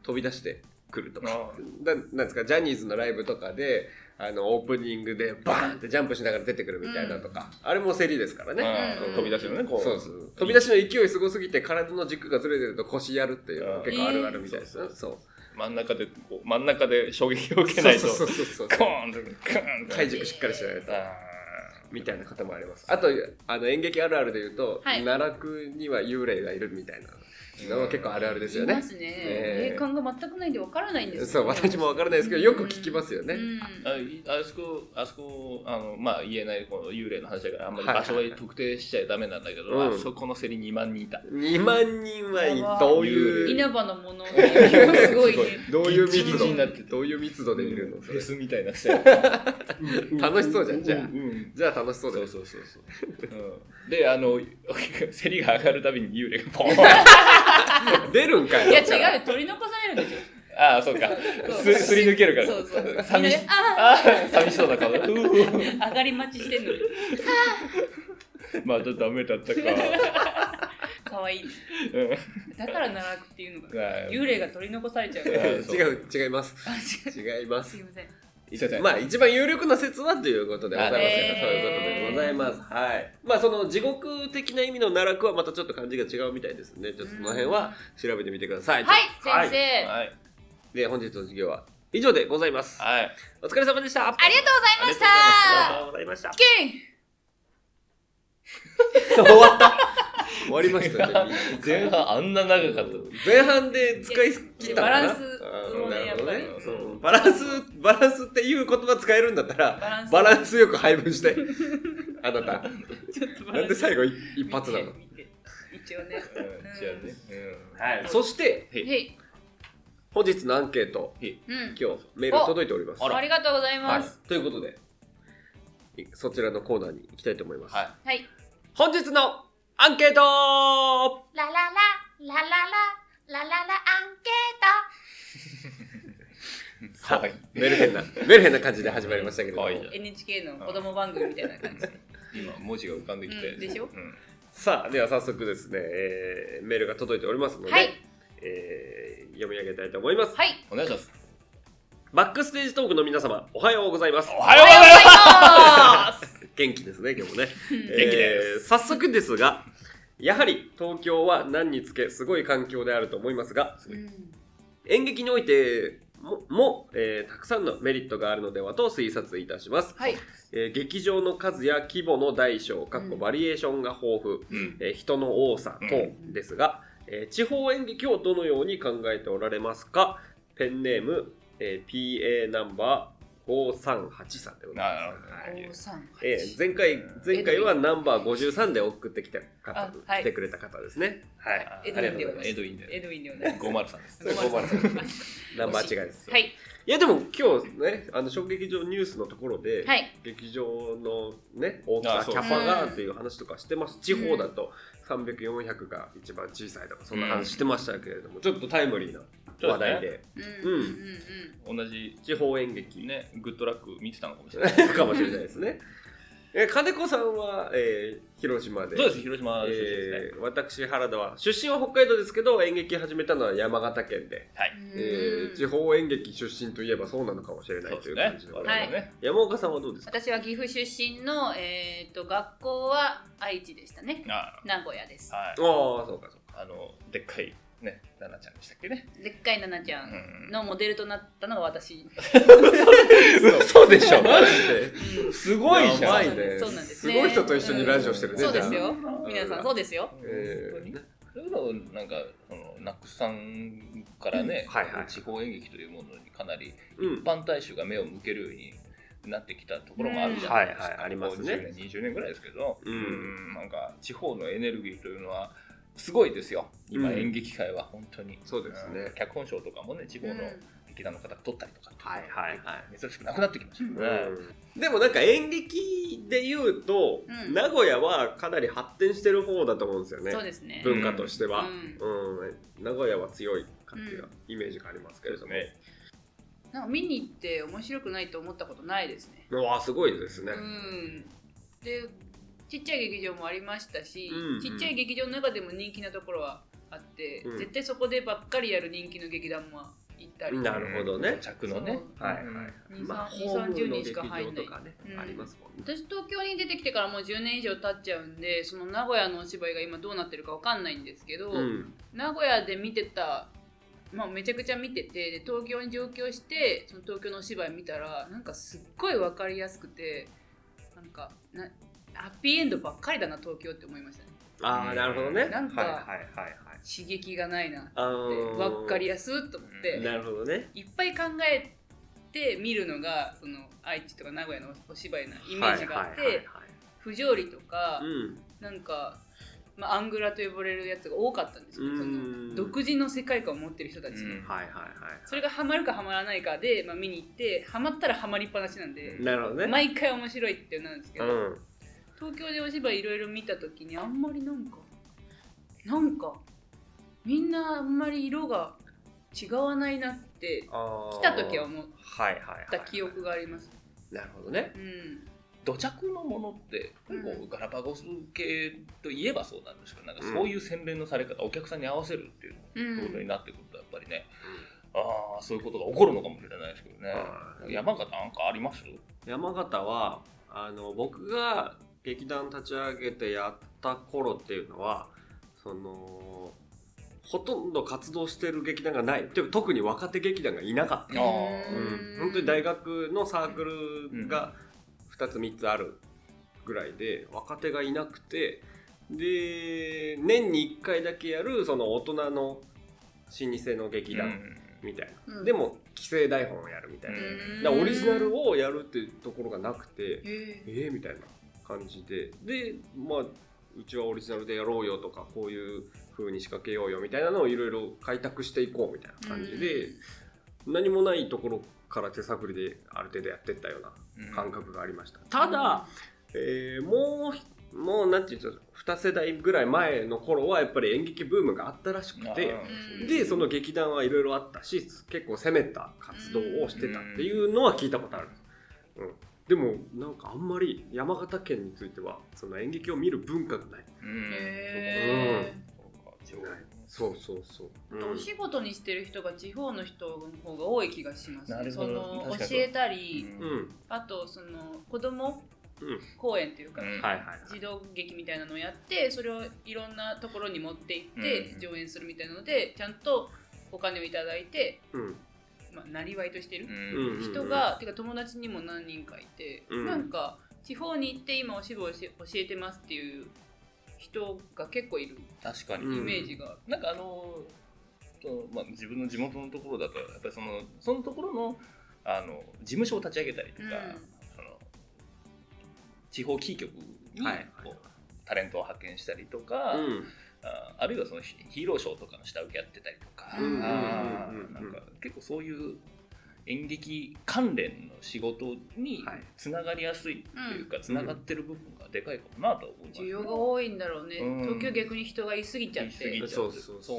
[SPEAKER 1] 飛び出してくるとか。
[SPEAKER 4] あ
[SPEAKER 1] ななんですかジャニーズのライブとかであのオープニングでバーンってジャンプしながら出てくるみたいなとか、あれも競りですからね、
[SPEAKER 4] あ
[SPEAKER 2] うん
[SPEAKER 4] 飛び出してるねこう
[SPEAKER 1] そうそう飛び出しの勢いすごすぎて体の軸がずれてると腰やるっていうのが結構あるあるみたいですね、
[SPEAKER 4] うん
[SPEAKER 1] そう
[SPEAKER 4] 真ん中でこう真ん中で衝撃を受け
[SPEAKER 1] そ
[SPEAKER 4] な
[SPEAKER 1] う
[SPEAKER 4] いと
[SPEAKER 1] そうそうそう
[SPEAKER 4] コーンとコーンと
[SPEAKER 1] 体軸しっかりしないと
[SPEAKER 4] あ
[SPEAKER 1] みたいなこともありますあとあの演劇あるあるで言うと、
[SPEAKER 5] はい
[SPEAKER 1] 奈落には幽霊がいるみたいなのは結構あるあるですよ
[SPEAKER 2] いま
[SPEAKER 1] ね、
[SPEAKER 2] すね
[SPEAKER 1] えー
[SPEAKER 2] 霊感が全くないんでわからないんですよ
[SPEAKER 1] そう私もわからないですけどよく聞きますよね、
[SPEAKER 2] うん
[SPEAKER 4] ーあいあそこあそこあのまあ言えないこの幽霊の話だからあんまり場所は特定しちゃダメなんだけど、
[SPEAKER 1] うん
[SPEAKER 4] あそこのセリ2万人いた
[SPEAKER 1] 2万人はいどういう
[SPEAKER 2] 稲葉のも のっていうのがすごいね
[SPEAKER 1] どういう
[SPEAKER 4] ギチ
[SPEAKER 1] 密
[SPEAKER 4] ギチ
[SPEAKER 1] 度
[SPEAKER 4] になって
[SPEAKER 1] どういう密度でいるの、
[SPEAKER 4] うん
[SPEAKER 1] そ
[SPEAKER 4] フ
[SPEAKER 1] れ
[SPEAKER 4] ェスみ たいなして
[SPEAKER 1] 楽しそうじゃんじゃあ
[SPEAKER 4] うんうん
[SPEAKER 1] じゃあ楽しそう
[SPEAKER 4] そ
[SPEAKER 1] で
[SPEAKER 4] う
[SPEAKER 1] す
[SPEAKER 4] そうそうそう、うん、であの セリが上がるたびに幽霊がポーン
[SPEAKER 1] 出るんかい
[SPEAKER 2] いや違う取り残されるんですよ
[SPEAKER 4] ああそうかすすり抜けるから
[SPEAKER 2] そうそう
[SPEAKER 4] 寂し
[SPEAKER 2] みんなね
[SPEAKER 4] あー寂しそうな顔だうー
[SPEAKER 2] あ上がり待ちしてんのに
[SPEAKER 4] またダメだったか。
[SPEAKER 2] 可愛
[SPEAKER 4] う
[SPEAKER 2] い
[SPEAKER 4] ん
[SPEAKER 2] だから奈落っていうのが
[SPEAKER 4] はい
[SPEAKER 2] 幽霊が取り残されちゃうから
[SPEAKER 4] う
[SPEAKER 1] 違う違います
[SPEAKER 2] あ違う
[SPEAKER 1] 違いますす
[SPEAKER 2] いません
[SPEAKER 4] すいません
[SPEAKER 1] まあ一番有力な説はということでございますよ、
[SPEAKER 2] えー
[SPEAKER 1] そういうことでございますはいまあその地獄的な意味の奈落はまたちょっと漢字が違うみたいですねちょっとその辺は調べてみてください
[SPEAKER 5] はい先生、
[SPEAKER 4] はい。
[SPEAKER 1] で本日の授業は以上でございます
[SPEAKER 4] はい。
[SPEAKER 1] お疲れ様でしたあり
[SPEAKER 5] ありがとうございました
[SPEAKER 1] がとうございました
[SPEAKER 5] キン
[SPEAKER 1] 終わった終わりましたね
[SPEAKER 4] 前半あんな長かった。
[SPEAKER 1] 前半で使い切ったのか
[SPEAKER 2] バ
[SPEAKER 1] な
[SPEAKER 2] ランス
[SPEAKER 1] う
[SPEAKER 2] も
[SPEAKER 1] んな
[SPEAKER 2] ね
[SPEAKER 1] る
[SPEAKER 2] やっ
[SPEAKER 1] ほど
[SPEAKER 2] ぱり
[SPEAKER 1] ねそうバランスバランスっていう言葉使えるんだった
[SPEAKER 2] バラン
[SPEAKER 1] ら
[SPEAKER 2] ス
[SPEAKER 1] バランスよく配分してあなた
[SPEAKER 2] ちょっとバランス
[SPEAKER 1] なんで最後い一発なの
[SPEAKER 2] 見て見て一応ね
[SPEAKER 4] うん違うね。
[SPEAKER 1] はい、そして
[SPEAKER 5] へい
[SPEAKER 1] 本日のアンケート
[SPEAKER 5] うん
[SPEAKER 1] 今日メール届いております。
[SPEAKER 5] ありがとうござい
[SPEAKER 1] は
[SPEAKER 5] ま
[SPEAKER 1] い
[SPEAKER 5] す、、
[SPEAKER 1] ということでいそちらのコーナーに行きたいと思います。
[SPEAKER 4] はい
[SPEAKER 5] はい
[SPEAKER 1] 本日のアンケート
[SPEAKER 5] ラララララララララアンケ
[SPEAKER 4] かわいい。
[SPEAKER 1] メルヘンなメルヘンな感じで始まりましたけれども
[SPEAKER 4] 可愛いじゃん
[SPEAKER 2] NHK の子供番組みたいな感じで
[SPEAKER 4] 今文字が浮かんできて。
[SPEAKER 2] うんでしょ
[SPEAKER 4] うん
[SPEAKER 1] さあでは早速ですね、えーメールが届いておりますので、
[SPEAKER 5] はい
[SPEAKER 1] えー読み上げたいと思います。
[SPEAKER 5] ートはい
[SPEAKER 4] お願いします。
[SPEAKER 1] バックステージトークの皆様おはようございます。
[SPEAKER 4] おはよ
[SPEAKER 5] お
[SPEAKER 4] うございます。
[SPEAKER 5] はようございます
[SPEAKER 1] 元気ですね今日もね。。
[SPEAKER 2] うん
[SPEAKER 4] 元気です
[SPEAKER 1] 早速ですがやはり東京は何につけすごい環境であると思いますが
[SPEAKER 2] うん
[SPEAKER 1] 演劇においてもも、えーたくさんのメリットがあるのではと推察いたします、
[SPEAKER 2] はい
[SPEAKER 1] えー劇場の数や規模の大小かっこ
[SPEAKER 2] うん
[SPEAKER 1] バリエーションが豊富、
[SPEAKER 4] うん。
[SPEAKER 1] えー人の多さ
[SPEAKER 4] う
[SPEAKER 1] 等ですが、えー地方演劇をどのように考えておられますかペンネーム、えー PA ナンバー5383でござい
[SPEAKER 4] なる
[SPEAKER 1] ま
[SPEAKER 4] ほ
[SPEAKER 1] す
[SPEAKER 4] ど。
[SPEAKER 1] はい
[SPEAKER 2] 五三八
[SPEAKER 1] えー前回、前回はナンバー53で送ってきた方、
[SPEAKER 2] あはい
[SPEAKER 1] 来てくれた方ですね。はい。
[SPEAKER 2] エドウィンでございます
[SPEAKER 4] エドウィンで
[SPEAKER 2] エドウィンでございます。
[SPEAKER 4] 503です
[SPEAKER 1] そう503ナンバー違いです。
[SPEAKER 2] はい。
[SPEAKER 1] いやでも今日ね、あの衝撃場ニュースのところで、
[SPEAKER 2] はい。
[SPEAKER 1] 劇場のね、大き
[SPEAKER 4] あ
[SPEAKER 1] さ、
[SPEAKER 4] そう
[SPEAKER 1] キャパがっていう話とかしてます。地方だと300、400が一番小さいとか、そんな話してましたけれども、ちょっとタイムリーな話題で、
[SPEAKER 2] うん
[SPEAKER 1] うん
[SPEAKER 2] うん
[SPEAKER 4] 同じ
[SPEAKER 1] 地方演劇
[SPEAKER 4] ねグッドラック見てたのかもしれない
[SPEAKER 1] かもしれないです ね。え金子さんは、えー広島で
[SPEAKER 4] そうです広島出身ですね、
[SPEAKER 1] えー私原田は出身は北海道ですけど演劇始めたのは山形県で、
[SPEAKER 2] うん
[SPEAKER 1] えー地方演劇出身といえばそうなのかもしれな
[SPEAKER 4] そうで
[SPEAKER 1] いと
[SPEAKER 4] す
[SPEAKER 1] いう
[SPEAKER 4] ね
[SPEAKER 1] 感じでございます
[SPEAKER 2] は
[SPEAKER 4] 我々
[SPEAKER 2] い
[SPEAKER 4] ね
[SPEAKER 1] 山岡さんはどうですか
[SPEAKER 2] 私は岐阜出身の、えー、と学校は愛知でしたね。
[SPEAKER 4] あ
[SPEAKER 2] 名古屋です
[SPEAKER 4] ー。はい
[SPEAKER 1] ああそうかそうか
[SPEAKER 4] あのでっかいね奈々ちゃんでしたっけね
[SPEAKER 2] でっかいななちゃ
[SPEAKER 4] うんん
[SPEAKER 2] のモデルとなったのが私。
[SPEAKER 4] 嘘でしょ
[SPEAKER 1] マジで
[SPEAKER 4] すごいじ
[SPEAKER 1] や
[SPEAKER 4] ゃ
[SPEAKER 1] ば
[SPEAKER 4] ん
[SPEAKER 1] いね
[SPEAKER 2] そうなんです
[SPEAKER 1] す
[SPEAKER 2] ね
[SPEAKER 1] ごい人と一緒にラジオしてるね、
[SPEAKER 2] そうですよ
[SPEAKER 1] じゃあ。
[SPEAKER 2] 皆さんそうですよ。
[SPEAKER 1] え
[SPEAKER 4] 本当に
[SPEAKER 1] ー
[SPEAKER 4] そういうのをなんかそのナックさんからね、
[SPEAKER 1] はいはい
[SPEAKER 4] 地方演劇というものにかなり
[SPEAKER 1] うん
[SPEAKER 4] 一般大衆が目を向けるようになってきたところもあるじゃないですか、
[SPEAKER 1] うんはいはいありますね
[SPEAKER 4] ここ10年20年ぐらいですけど、
[SPEAKER 1] うん
[SPEAKER 4] んなんか地方のエネルギーというのはすごいですよ今
[SPEAKER 1] うん
[SPEAKER 4] 演劇界は本当に、
[SPEAKER 1] そうですね
[SPEAKER 4] うん脚本賞とかもね地方の
[SPEAKER 2] う
[SPEAKER 4] 劇団の方が取ったりとかってうのが
[SPEAKER 1] はいはいはい
[SPEAKER 4] 珍しくなくなってきましたよね、
[SPEAKER 1] うんでもなんか演劇で言うと、
[SPEAKER 2] うん
[SPEAKER 1] 名古屋はかなり発展してる方だと思うんですよ
[SPEAKER 2] ん
[SPEAKER 1] ね
[SPEAKER 2] そうですね。
[SPEAKER 1] 文化として
[SPEAKER 2] う
[SPEAKER 1] は、
[SPEAKER 2] ん
[SPEAKER 1] うん、名古屋は強いかっていうイメージがありますけれども、
[SPEAKER 2] なんか見に行って面白くないと思ったことないですね。
[SPEAKER 1] うわあすごいですね、
[SPEAKER 2] うん、でちっちゃい劇場もありましたし、
[SPEAKER 1] うんうん
[SPEAKER 2] ちっちゃい劇場の中でも人気なところはあって、
[SPEAKER 1] うん
[SPEAKER 2] 絶対そこでばっかりやる人気の劇団も行ったり、
[SPEAKER 1] なるほどね
[SPEAKER 4] 着のね
[SPEAKER 1] はいはい
[SPEAKER 2] うん
[SPEAKER 1] まあ
[SPEAKER 2] 2 30
[SPEAKER 1] ホームの
[SPEAKER 2] 人し
[SPEAKER 1] 劇
[SPEAKER 2] か入んない
[SPEAKER 1] 場とかね、
[SPEAKER 2] うん
[SPEAKER 1] ありますもんね
[SPEAKER 2] 私東京に出てきてからもう10年以上経っちゃうんでその名古屋のお芝居が今どうなってるかわかんないんですけど、
[SPEAKER 1] うん
[SPEAKER 2] 名古屋で見てた、まあ、めちゃくちゃ見ててで東京に上京してその東京のお芝居見たらなんかすっごい分かりやすくてなんかなハッピーエンドばっかりだな東京って思いましたね
[SPEAKER 1] ああなるほどね
[SPEAKER 2] なんか
[SPEAKER 1] はいはいはいはい
[SPEAKER 2] 刺激がないなって
[SPEAKER 1] あー
[SPEAKER 2] 分かりやすいと思っ
[SPEAKER 4] す
[SPEAKER 2] て
[SPEAKER 1] なるほどね
[SPEAKER 2] いっぱい考えて見るのがその愛知とか名古屋のお芝居なイメージがあって、
[SPEAKER 1] はいはいはいはい
[SPEAKER 2] 不条理とか、
[SPEAKER 1] うん
[SPEAKER 2] なんか、まあ、アングラと呼ばれるやつが多かったんですよ
[SPEAKER 1] うん
[SPEAKER 2] その独自の世界観を持ってる人たち、
[SPEAKER 4] うん
[SPEAKER 1] はいはいはい
[SPEAKER 2] それがハマるかハマらないかで、まあ、見に行ってハマったらハマりっぱなしなんで、
[SPEAKER 1] なるほどね
[SPEAKER 2] 毎回面白いってなるんですけ
[SPEAKER 1] う
[SPEAKER 2] ど、
[SPEAKER 1] ん
[SPEAKER 2] 東京でお芝居いろいろ見た時にあんまりなんかなんかみんなあんまり色が違わないなって
[SPEAKER 1] あー
[SPEAKER 2] 来た時は思っ
[SPEAKER 1] はいはいはい
[SPEAKER 2] た記憶があります、
[SPEAKER 1] なるほどね
[SPEAKER 2] うん
[SPEAKER 4] 土着のものって結構ガラパゴス系といえばそうなんですけどなんかそういう洗練のされ方お客さんに合わせるっていうことになってくるとやっぱりね、ああそういうことが起こるのかもしれないですけどね、
[SPEAKER 1] はい
[SPEAKER 4] 山形なんかあります
[SPEAKER 1] 山形はあの僕が劇団立ち上げてやった頃っていうのはそのほとんど活動してる劇団がないてか特に若手劇団がいなかっ
[SPEAKER 4] あ
[SPEAKER 1] た、
[SPEAKER 4] ー
[SPEAKER 1] うん、本当に大学のサークルが2つ3つあるぐらいで若手がいなくてで年に1回だけやるその大人の老舗の劇
[SPEAKER 4] う
[SPEAKER 1] 団
[SPEAKER 4] ん
[SPEAKER 1] みたいな、
[SPEAKER 2] うん
[SPEAKER 1] でも既成台本をやるみたいな、
[SPEAKER 2] うん
[SPEAKER 1] だからオリジナルをやるっていうところがなくて、
[SPEAKER 2] へー
[SPEAKER 1] えー、みたいな感じででまあうちはオリジナルでやろうよとかこういう風に仕掛けようよみたいなのをいろいろ開拓していこうみたいな感じで、何もないところから手探りである程度やってったような感覚がありました、ただ、えーもうひもうなんていうんですか2世代ぐらい前の頃はやっぱり演劇ブームがあったらしくて、
[SPEAKER 2] うん
[SPEAKER 1] でその劇団はいろいろあったし結構攻めた活動をしてたっていうのは聞いたことある、うん、でもなんかあんまり山形県についてはその演劇を見る文化がない
[SPEAKER 4] うん
[SPEAKER 2] へー
[SPEAKER 4] そうか
[SPEAKER 1] そうそうそう、うん
[SPEAKER 2] お仕事にしてる人が地方の人の方が多い気がします
[SPEAKER 4] な
[SPEAKER 2] ね。
[SPEAKER 4] る
[SPEAKER 2] そ
[SPEAKER 4] ほど
[SPEAKER 2] の
[SPEAKER 4] 確
[SPEAKER 2] 教
[SPEAKER 4] かにそう
[SPEAKER 2] えたり、
[SPEAKER 1] うん
[SPEAKER 2] あとその子供
[SPEAKER 1] うん
[SPEAKER 2] 公演というか、
[SPEAKER 4] うん
[SPEAKER 1] はいはいはい
[SPEAKER 2] 児童劇みたいなのをやってそれをいろんなところに持って行って
[SPEAKER 4] うん
[SPEAKER 2] 上演するみたいなのでちゃんとお金をいただいて、
[SPEAKER 1] うん
[SPEAKER 2] まあ、なりわいとしてる
[SPEAKER 4] うん
[SPEAKER 1] うん
[SPEAKER 2] 人が、てか友達にも何人かいて、
[SPEAKER 1] うん
[SPEAKER 2] なんか地方に行って今お芝居を教えてますっていう人が結構いる
[SPEAKER 4] 確かに、
[SPEAKER 1] うん
[SPEAKER 2] イメージがある。
[SPEAKER 4] なんかあのそのまあ、自分の地元のところだとやっぱりそのそのところのあの事務所を立ち上げたりとか、
[SPEAKER 2] うん
[SPEAKER 4] その地方キー局に
[SPEAKER 6] はい
[SPEAKER 4] こうタレントを派遣したりとか、
[SPEAKER 6] うん
[SPEAKER 4] ああるいはそのヒヒーローショーとかの下請けやってたりとか、
[SPEAKER 2] うん
[SPEAKER 4] あ
[SPEAKER 6] うんうんうんうん
[SPEAKER 4] ーなんか結構そういう演劇関連の仕事に
[SPEAKER 6] はい
[SPEAKER 4] つながりやすいっていうか、つながってる部分がでかいかもなとは思います、
[SPEAKER 2] 需要が多いんだろうね、
[SPEAKER 4] うん
[SPEAKER 2] 東京逆に人がいすぎちゃっ
[SPEAKER 4] 言い
[SPEAKER 2] て
[SPEAKER 4] 過ぎちゃ
[SPEAKER 1] そうそうそう
[SPEAKER 4] そ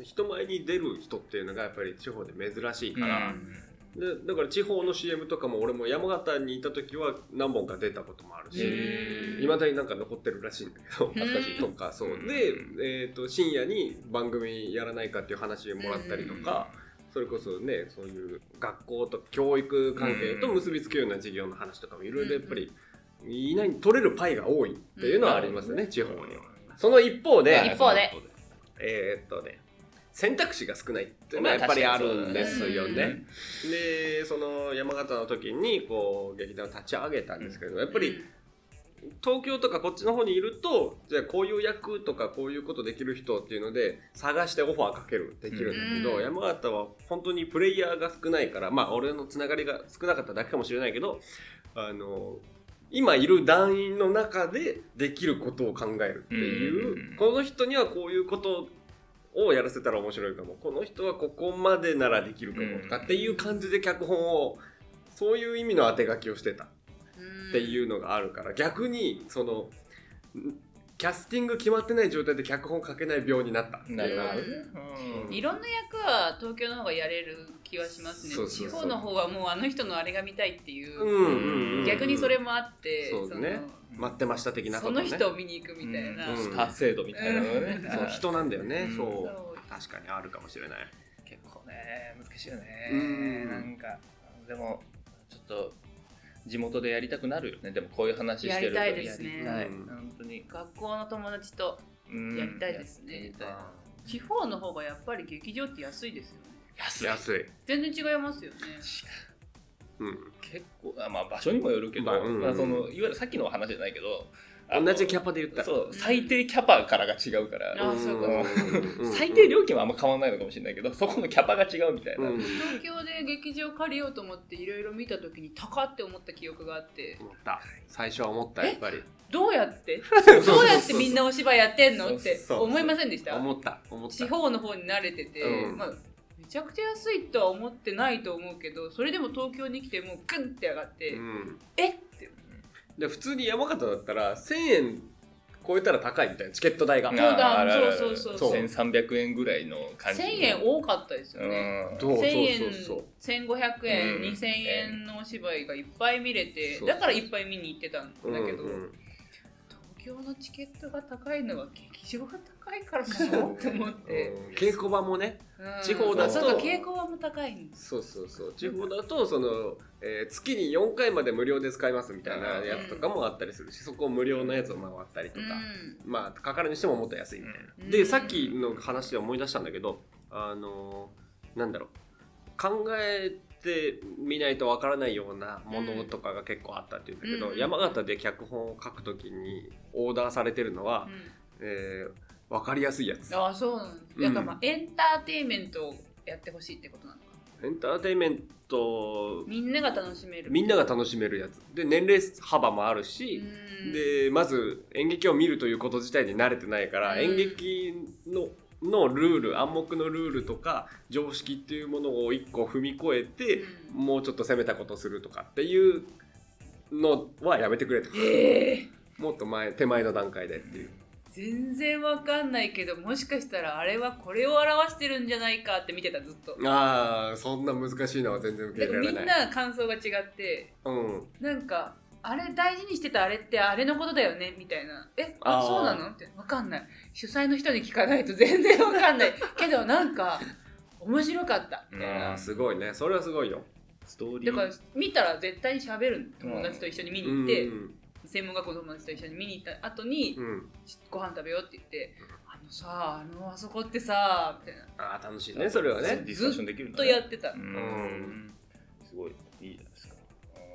[SPEAKER 4] う
[SPEAKER 1] 人前に出る人っていうのがやっぱり地方で珍しいか
[SPEAKER 4] なの
[SPEAKER 1] ら、
[SPEAKER 2] ん
[SPEAKER 1] でだから地方の CM とかも俺も山形にいた時は何本か出たこともある
[SPEAKER 4] へ
[SPEAKER 1] し
[SPEAKER 4] ー
[SPEAKER 1] いまだになんか残ってるらしいんだけど
[SPEAKER 2] 懐かしい
[SPEAKER 1] とかそう
[SPEAKER 4] うん
[SPEAKER 1] で、えー、と深夜に番組やらないかっていう話をもらったりとか。それこそねそういう学校と教育関係と結びつくような事業の話とかもいろいろやっぱりいない取れるパイが多いっていうのはありますね、地方には。その一方で、
[SPEAKER 4] はい
[SPEAKER 2] 一方で
[SPEAKER 1] えーっとね選択肢が少ないっていうのはやっぱりあるんですよ
[SPEAKER 2] まあ
[SPEAKER 1] ね。でその山形の時にこう劇団を立ち上げたんですけどやっぱり東京とかこっちの方にいるとじゃあこういう役とかこういうことできる人っていうので探してオファーかけるできるんだけど、
[SPEAKER 2] うん
[SPEAKER 1] 山形は本当にプレイヤーが少ないからまあ俺のつながりが少なかっただけかもしれないけどあの今いる団員の中でできることを考えるっていう、
[SPEAKER 4] うん
[SPEAKER 1] この人にはこういうことをやらせたら面白いかもこの人はここまでならできるかもとかっていう感じで脚本をそういう意味の当て書きをしてたっていうのがあるから逆にそのんキャスティング決まってない状態で脚本書けない病になったっていう
[SPEAKER 4] なるほどね
[SPEAKER 2] うんいろんな役は東京の方がやれる気はしますね
[SPEAKER 1] そうそうそう
[SPEAKER 2] 地方の方はもうあの人のあれが見たいっていう、
[SPEAKER 1] うんうんうん
[SPEAKER 2] 逆にそれもあって、
[SPEAKER 1] そうね待ってました的なこ
[SPEAKER 2] そ
[SPEAKER 1] と
[SPEAKER 2] の
[SPEAKER 1] ね
[SPEAKER 2] その人を見に行くみたいな、
[SPEAKER 4] うん
[SPEAKER 1] うん
[SPEAKER 4] スター制度みたいなのがね、
[SPEAKER 1] そう人なんだよね、
[SPEAKER 4] うん
[SPEAKER 1] そ
[SPEAKER 2] そう
[SPEAKER 1] う確かにあるかもしれない
[SPEAKER 4] 結構ね難しいよね
[SPEAKER 1] うん
[SPEAKER 4] なんかでもちょっと地元でやりたくなるよねでもこういう話してると
[SPEAKER 2] やりたいですね
[SPEAKER 4] やりたい
[SPEAKER 1] うん
[SPEAKER 4] 本当に
[SPEAKER 2] 学校の友達と
[SPEAKER 4] うん
[SPEAKER 2] やりたいですね
[SPEAKER 4] やりたい
[SPEAKER 2] 地方の方がやっぱり劇場って安いですよね
[SPEAKER 4] 安い
[SPEAKER 1] 安い、
[SPEAKER 2] 全然違いますよね
[SPEAKER 1] うん、
[SPEAKER 4] 結構あまあ場所にもよるけど、
[SPEAKER 1] まあうんうん
[SPEAKER 4] まあそのいわゆるさっきの話じゃないけどあの
[SPEAKER 1] 同じキャパで言ったら
[SPEAKER 4] そううん最低キャパからが違うから
[SPEAKER 2] あそういうこ
[SPEAKER 1] うんうん
[SPEAKER 4] 最低料金はあんま変わらないのかもしれないけどそこのキャパが違うみたいな、
[SPEAKER 1] うん
[SPEAKER 2] 東京で劇場借りようと思っていろいろ見た時に高って思った記憶があって
[SPEAKER 1] 思った最初は思ったやっぱり
[SPEAKER 2] どうや って
[SPEAKER 1] そう
[SPEAKER 2] どうやってみんなお芝居やってんのって
[SPEAKER 1] そうそうそう
[SPEAKER 2] 思いませんでした
[SPEAKER 1] 思った思った
[SPEAKER 2] 地方の方に慣れてて、
[SPEAKER 1] うん
[SPEAKER 2] まあ、めちゃくちゃ安いとは思ってないと思うけどそれでも東京に来てもうグンって上がって、
[SPEAKER 1] うん
[SPEAKER 2] えって
[SPEAKER 1] で普通に山形だったら1000円超えたら高いみたいなチケット代が
[SPEAKER 2] んそうだ
[SPEAKER 4] あるあるある
[SPEAKER 2] そうそうそう
[SPEAKER 1] そう
[SPEAKER 4] 1300円ぐらいの感じ
[SPEAKER 2] 1000円多かったですよね。
[SPEAKER 4] うん
[SPEAKER 1] どう
[SPEAKER 2] 1000円
[SPEAKER 1] そうそうそう
[SPEAKER 2] 1500円、
[SPEAKER 4] うん
[SPEAKER 2] 2000円のお芝居がいっぱい見れて
[SPEAKER 1] そう
[SPEAKER 2] だからいっぱい見に行ってたんだけど、
[SPEAKER 1] うんうん
[SPEAKER 2] 東京のチケットが高いのは劇場が高いからかなって思って、
[SPEAKER 1] うん稽古場もね
[SPEAKER 2] うん
[SPEAKER 1] 地方
[SPEAKER 4] だと
[SPEAKER 2] そうか傾向はもう高いんです
[SPEAKER 1] そうそうそう地方だとその、えー月に4回まで無料で使いますみたいなやつとかもあったりするし、そこを無料のやつを回ったりとか、まあかかるにしてももっと安いみたいな、
[SPEAKER 2] うん
[SPEAKER 1] でさっきの話で思い出したんだけどあのーなんだろう考えてみないとわからないようなものとかが結構あったっていうんだけど、
[SPEAKER 2] うん
[SPEAKER 1] 山形で脚本を書くときにオーダーされてるのは
[SPEAKER 2] う、ん
[SPEAKER 1] えー、分かりやすいやつ
[SPEAKER 2] ああそうなんです、
[SPEAKER 1] うん
[SPEAKER 2] だからまあエンターテインメントをやってほしいってことなのか
[SPEAKER 1] エンターテインメント
[SPEAKER 2] みんなが楽しめる
[SPEAKER 1] みんなが楽しめるやつで年齢幅もあるし、
[SPEAKER 2] うん
[SPEAKER 1] でまず演劇を見るということ自体に慣れてないから、
[SPEAKER 2] うん
[SPEAKER 1] 演劇ののルール暗黙のルールとか常識っていうものを一個踏み越えて、
[SPEAKER 2] うん
[SPEAKER 1] もうちょっと攻めたことするとかっていうのはやめてくれと
[SPEAKER 2] ええ
[SPEAKER 1] もっと前手前の段階でっていう
[SPEAKER 2] 全然わかんないけどもしかしたらあれはこれを表してるんじゃないかって見てたずっと
[SPEAKER 1] ああそんな難しいのは全然受
[SPEAKER 2] だ
[SPEAKER 1] け
[SPEAKER 2] か
[SPEAKER 1] 入
[SPEAKER 2] ら
[SPEAKER 1] れ
[SPEAKER 2] み
[SPEAKER 1] ら
[SPEAKER 2] ん
[SPEAKER 1] れない
[SPEAKER 2] な感想が違って
[SPEAKER 1] うん
[SPEAKER 2] なんかあれ大事にしてたあれってあれのことだよねみたいなえあ
[SPEAKER 1] あー
[SPEAKER 2] そうなのってわかんない主催の人に聞かないと全然わかんないけどなんか面白かったみたいな
[SPEAKER 4] うん
[SPEAKER 1] すごいねそれはすごいよ
[SPEAKER 4] ストーリ
[SPEAKER 2] だ
[SPEAKER 4] ー
[SPEAKER 2] から見たら絶対に喋るの友達と一緒に見に行って、
[SPEAKER 1] うん
[SPEAKER 2] 専門学校の友達と一緒に見に行った後に、
[SPEAKER 1] うん、
[SPEAKER 2] ご飯食べようって言って「あのさあのあそこってさ」みたいな
[SPEAKER 1] ああ楽しいねそれはね
[SPEAKER 4] ディスカッションできるん
[SPEAKER 2] ず
[SPEAKER 4] だ
[SPEAKER 2] っと
[SPEAKER 4] ね
[SPEAKER 2] やってた、
[SPEAKER 4] うん
[SPEAKER 1] ん
[SPEAKER 4] すごいいいじゃないですか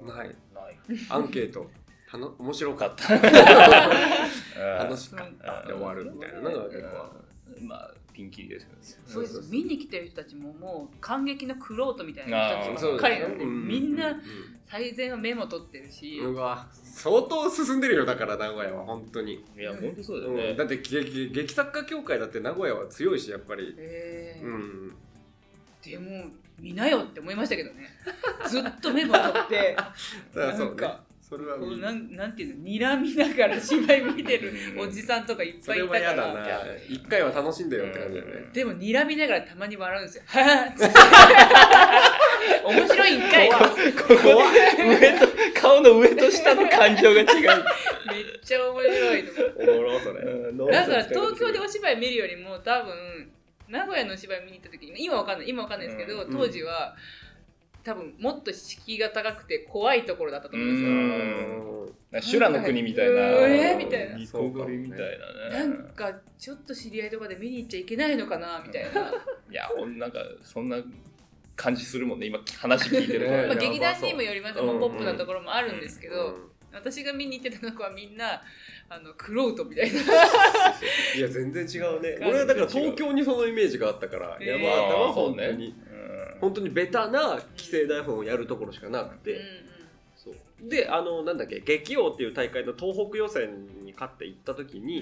[SPEAKER 4] うん
[SPEAKER 1] ない
[SPEAKER 4] ない
[SPEAKER 1] アンケートたの面白かった
[SPEAKER 4] うん
[SPEAKER 1] 楽しかったで終わるみたいなのが結構ある
[SPEAKER 4] うんまあピンキリですよね。
[SPEAKER 2] そうです見に来てる人たちももう感激のクロートみたい
[SPEAKER 4] あ
[SPEAKER 2] な人
[SPEAKER 4] ー
[SPEAKER 2] たちばっかりなん
[SPEAKER 1] そうだ
[SPEAKER 2] で、
[SPEAKER 1] ね
[SPEAKER 2] みんな最善はメモ取ってるし、
[SPEAKER 1] うわ相当進んでるよだから名古屋は本当に、
[SPEAKER 4] いや、
[SPEAKER 2] うん
[SPEAKER 4] 本当そうだよ
[SPEAKER 1] う
[SPEAKER 4] ね。
[SPEAKER 1] ん、だって劇劇作家協会だって名古屋は強いしやっぱり
[SPEAKER 2] えー
[SPEAKER 1] うん
[SPEAKER 2] でも見なよって思いましたけどねずっとメモ取って
[SPEAKER 1] だ からそう
[SPEAKER 2] なん
[SPEAKER 1] ね
[SPEAKER 2] か
[SPEAKER 1] それは
[SPEAKER 2] こうなんなんていうの睨みながら芝居見てるおじさんとかいっ
[SPEAKER 1] そ
[SPEAKER 2] ぱい
[SPEAKER 1] れ
[SPEAKER 2] いた
[SPEAKER 1] は
[SPEAKER 2] か
[SPEAKER 1] 嫌だ
[SPEAKER 2] ら
[SPEAKER 1] な一回は楽しんでよって感じだよね、
[SPEAKER 4] うん
[SPEAKER 2] でも睨みながらたまに笑うんですよはぁっつって面白いんかい
[SPEAKER 4] ここ上と顔の上と下の感情が違う。
[SPEAKER 2] めっちゃ面白いと思って
[SPEAKER 1] おもろそれ
[SPEAKER 2] だから東京でお芝居見るよりも多分名古屋のお芝居見に行った時に今わかんない今わかんないですけど、
[SPEAKER 1] うん
[SPEAKER 2] 当時は多分もっと敷居が高くて怖いところだったと思うんですよ、
[SPEAKER 4] うん修羅の国みたいな。
[SPEAKER 2] えーみたいな
[SPEAKER 4] ニコゴリみたいな
[SPEAKER 2] な
[SPEAKER 4] ね。
[SPEAKER 2] んかちょっと知り合いとかで見に行っちゃいけないのかなみたいな、ま
[SPEAKER 4] いや、ほんなんか、そんな感じするもんね。今、話聞いてる
[SPEAKER 1] ね
[SPEAKER 4] と。
[SPEAKER 2] あ、劇団にもよります
[SPEAKER 4] うんうん
[SPEAKER 2] ポップなところもあるんですけど、私が見に行ってたのはみんなあのクロートみたいな
[SPEAKER 1] いや全然違うね
[SPEAKER 2] 全然違う
[SPEAKER 1] 俺はだから東京にそのイメージがあったから
[SPEAKER 2] えー
[SPEAKER 1] 山形は本
[SPEAKER 4] あ
[SPEAKER 1] 当
[SPEAKER 4] ーそうう
[SPEAKER 1] に
[SPEAKER 4] ん
[SPEAKER 1] 本当にベタな規制台本をやるところしかなく
[SPEAKER 2] う
[SPEAKER 1] て、
[SPEAKER 2] んうん
[SPEAKER 1] そうであのなんだっけ劇王っていう大会の東北予選に勝って行った時
[SPEAKER 2] う
[SPEAKER 1] に、
[SPEAKER 2] ん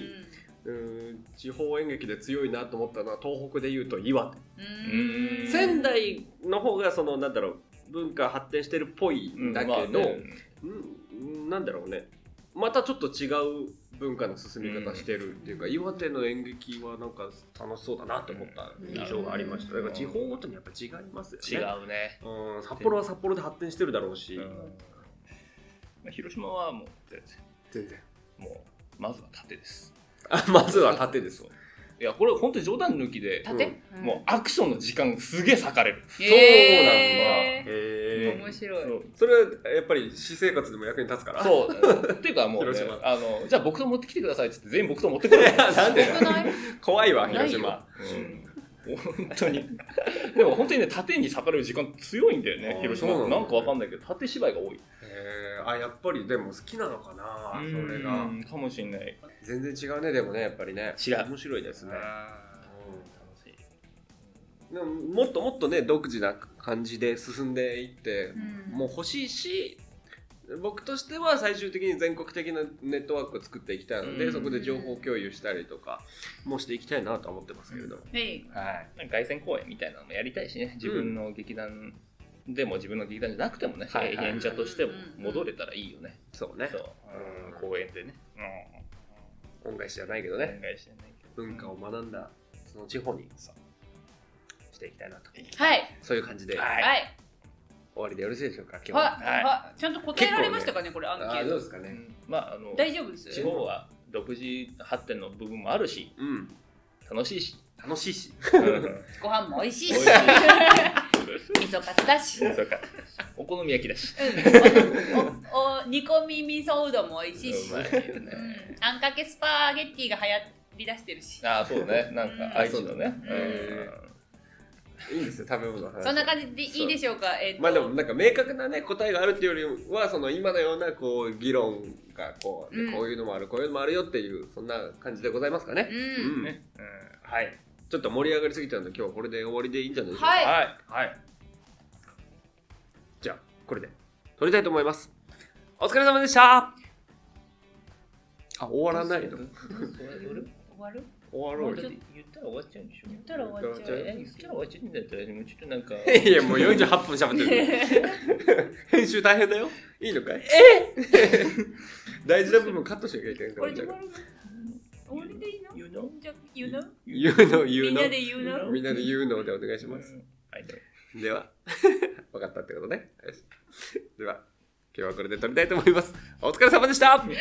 [SPEAKER 1] うーん地方演劇で強いなと思ったのは東北でいうと岩手、
[SPEAKER 2] うん
[SPEAKER 1] 仙台の方がそのなんだろう文化発展してるっぽいんだけど、
[SPEAKER 4] まあね
[SPEAKER 1] うんなんだろうねまたちょっと違う文化の進み方してるっていうか、岩手の演劇はなんか楽しそうだなって思った印象がありました、
[SPEAKER 4] うん
[SPEAKER 1] だから地方ごとにやっぱ違います
[SPEAKER 4] 違
[SPEAKER 1] よね
[SPEAKER 4] うね。
[SPEAKER 1] うん札幌は札幌で発展してるだろうし、
[SPEAKER 4] うんまあ広島はもう、全然
[SPEAKER 1] 全然
[SPEAKER 4] もう、まずは盾です。
[SPEAKER 1] あまずは縦ですわ
[SPEAKER 4] いや、これ本当に冗談抜きで、
[SPEAKER 2] 縦、ん
[SPEAKER 4] もうアクションの時間すげえ割かれる。
[SPEAKER 2] そう
[SPEAKER 1] へえ
[SPEAKER 2] 面白い、
[SPEAKER 1] それはやっぱり私生活でも役に立つから
[SPEAKER 4] そう。っていうかもう、ね
[SPEAKER 1] 広島、
[SPEAKER 4] あの、じゃあ僕と持ってきてくださいって言って全員僕と持ってくる。 なんで
[SPEAKER 2] よくない
[SPEAKER 1] 怖いわ
[SPEAKER 2] ないよ
[SPEAKER 1] 広島
[SPEAKER 4] うん本当に。でも本当にね、縦に裂かれる時間強いんだよね
[SPEAKER 1] あー、
[SPEAKER 4] 広
[SPEAKER 1] そうな
[SPEAKER 4] 島。
[SPEAKER 1] んだ
[SPEAKER 4] なんかわかんないけど、縦芝居が多い。
[SPEAKER 1] へーあやっぱりでも好きなのかなそれ
[SPEAKER 4] う
[SPEAKER 1] が
[SPEAKER 4] んかもしれない。
[SPEAKER 1] 全然違うねでもねやっぱりね
[SPEAKER 4] 違う
[SPEAKER 1] 面白いですね
[SPEAKER 4] 楽しい
[SPEAKER 1] でももっともっとね独自な感じで進んでいって
[SPEAKER 2] うん
[SPEAKER 1] もう欲しいし僕としては最終的に全国的なネットワークを作っていきたいので、
[SPEAKER 4] うん
[SPEAKER 1] そこで情報共有したりとかもしていきたいなとは思ってますけれども、
[SPEAKER 2] はい
[SPEAKER 1] はい
[SPEAKER 4] なんか凱旋公演みたいなのもやりたいしね、自分の劇団でも自分の劇団じゃなくてもね、
[SPEAKER 1] はいはい
[SPEAKER 4] 演者としても
[SPEAKER 2] うん
[SPEAKER 4] 戻れたらいいよね。
[SPEAKER 1] そうね
[SPEAKER 4] そう。
[SPEAKER 1] うん
[SPEAKER 4] 公演でね。
[SPEAKER 1] 恩返しじゃないけど
[SPEAKER 4] お
[SPEAKER 1] ね
[SPEAKER 4] 願いしてないけど。
[SPEAKER 1] 文化を学んだその地方にしていきたいなと
[SPEAKER 2] はい
[SPEAKER 1] そういう感じで終
[SPEAKER 4] はい
[SPEAKER 2] はい
[SPEAKER 1] わりでよろしいでしょうか今日は
[SPEAKER 4] はい
[SPEAKER 2] はいちゃんと答えられましたかねこれアンケ
[SPEAKER 1] あー
[SPEAKER 2] ー
[SPEAKER 1] ど
[SPEAKER 2] ト
[SPEAKER 1] うですかね
[SPEAKER 4] まあ、あの、
[SPEAKER 2] 大丈夫です
[SPEAKER 4] 地方は独自発展の部分もあるし、
[SPEAKER 1] うん
[SPEAKER 4] 楽しいし。
[SPEAKER 1] 楽しいし
[SPEAKER 2] ご飯も美味しい
[SPEAKER 4] 美味
[SPEAKER 2] し
[SPEAKER 4] しい
[SPEAKER 2] 味噌カツだし
[SPEAKER 4] そうかお好み焼きだし。
[SPEAKER 2] おお煮込み味噌うどんも美味しいし
[SPEAKER 4] うまいよね
[SPEAKER 2] うんあんかけスパゲッティが流行りだしてる し
[SPEAKER 4] ああ、そうね。なん
[SPEAKER 2] うん
[SPEAKER 4] か、愛知のね。
[SPEAKER 1] いいんですよ食べ物の話
[SPEAKER 2] そんな感じでいいでしょうかえっと
[SPEAKER 1] まあでもなんか明確なね答えがあるっていうよりはその今のようなこう議論がこう、
[SPEAKER 2] うん
[SPEAKER 1] こういうのもあるこういうのもあるよっていうそんな感じでございますかね
[SPEAKER 2] う、
[SPEAKER 1] うんん
[SPEAKER 4] ね。うんはい。
[SPEAKER 1] ちょっと盛り上がりすぎたので今日はこれで終わりでいいんじゃないでしょうか、
[SPEAKER 2] はい
[SPEAKER 4] はい。はい。
[SPEAKER 1] じゃあこれで撮りたいと思いますお疲れ様でしたあ終わらな いの
[SPEAKER 4] 終
[SPEAKER 2] 終わる
[SPEAKER 1] 終わろう
[SPEAKER 4] 言
[SPEAKER 1] よ
[SPEAKER 4] ったら終わっちゃうんでしょ
[SPEAKER 2] 言ったら終わっちゃう
[SPEAKER 4] え言ったら終わっちゃうんだったら、もうちょっとなんか。
[SPEAKER 1] いやもう48分喋ってる編集大変だよいいのかい 大事な部分カットしなきゃいけないか
[SPEAKER 2] こ
[SPEAKER 1] ら
[SPEAKER 2] れで終わる終わりでいい の
[SPEAKER 4] 言うの
[SPEAKER 2] じゃ言うの
[SPEAKER 1] 言うの言
[SPEAKER 2] み
[SPEAKER 1] うんの
[SPEAKER 2] なで言うの
[SPEAKER 1] みんなで言うのでお願いします
[SPEAKER 4] うんはい。
[SPEAKER 1] では、 分かったってことね。よしでは、今日はこれで撮りたいと思います。お疲れ様でした
[SPEAKER 2] お疲れ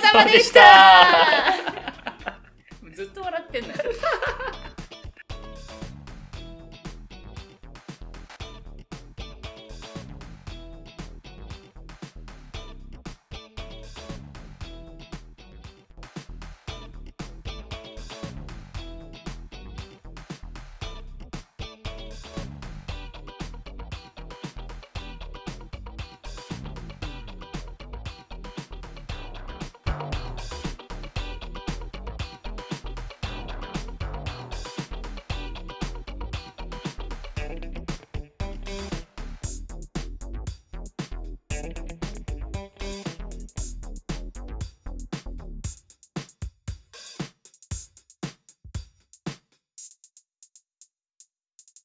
[SPEAKER 2] 様でした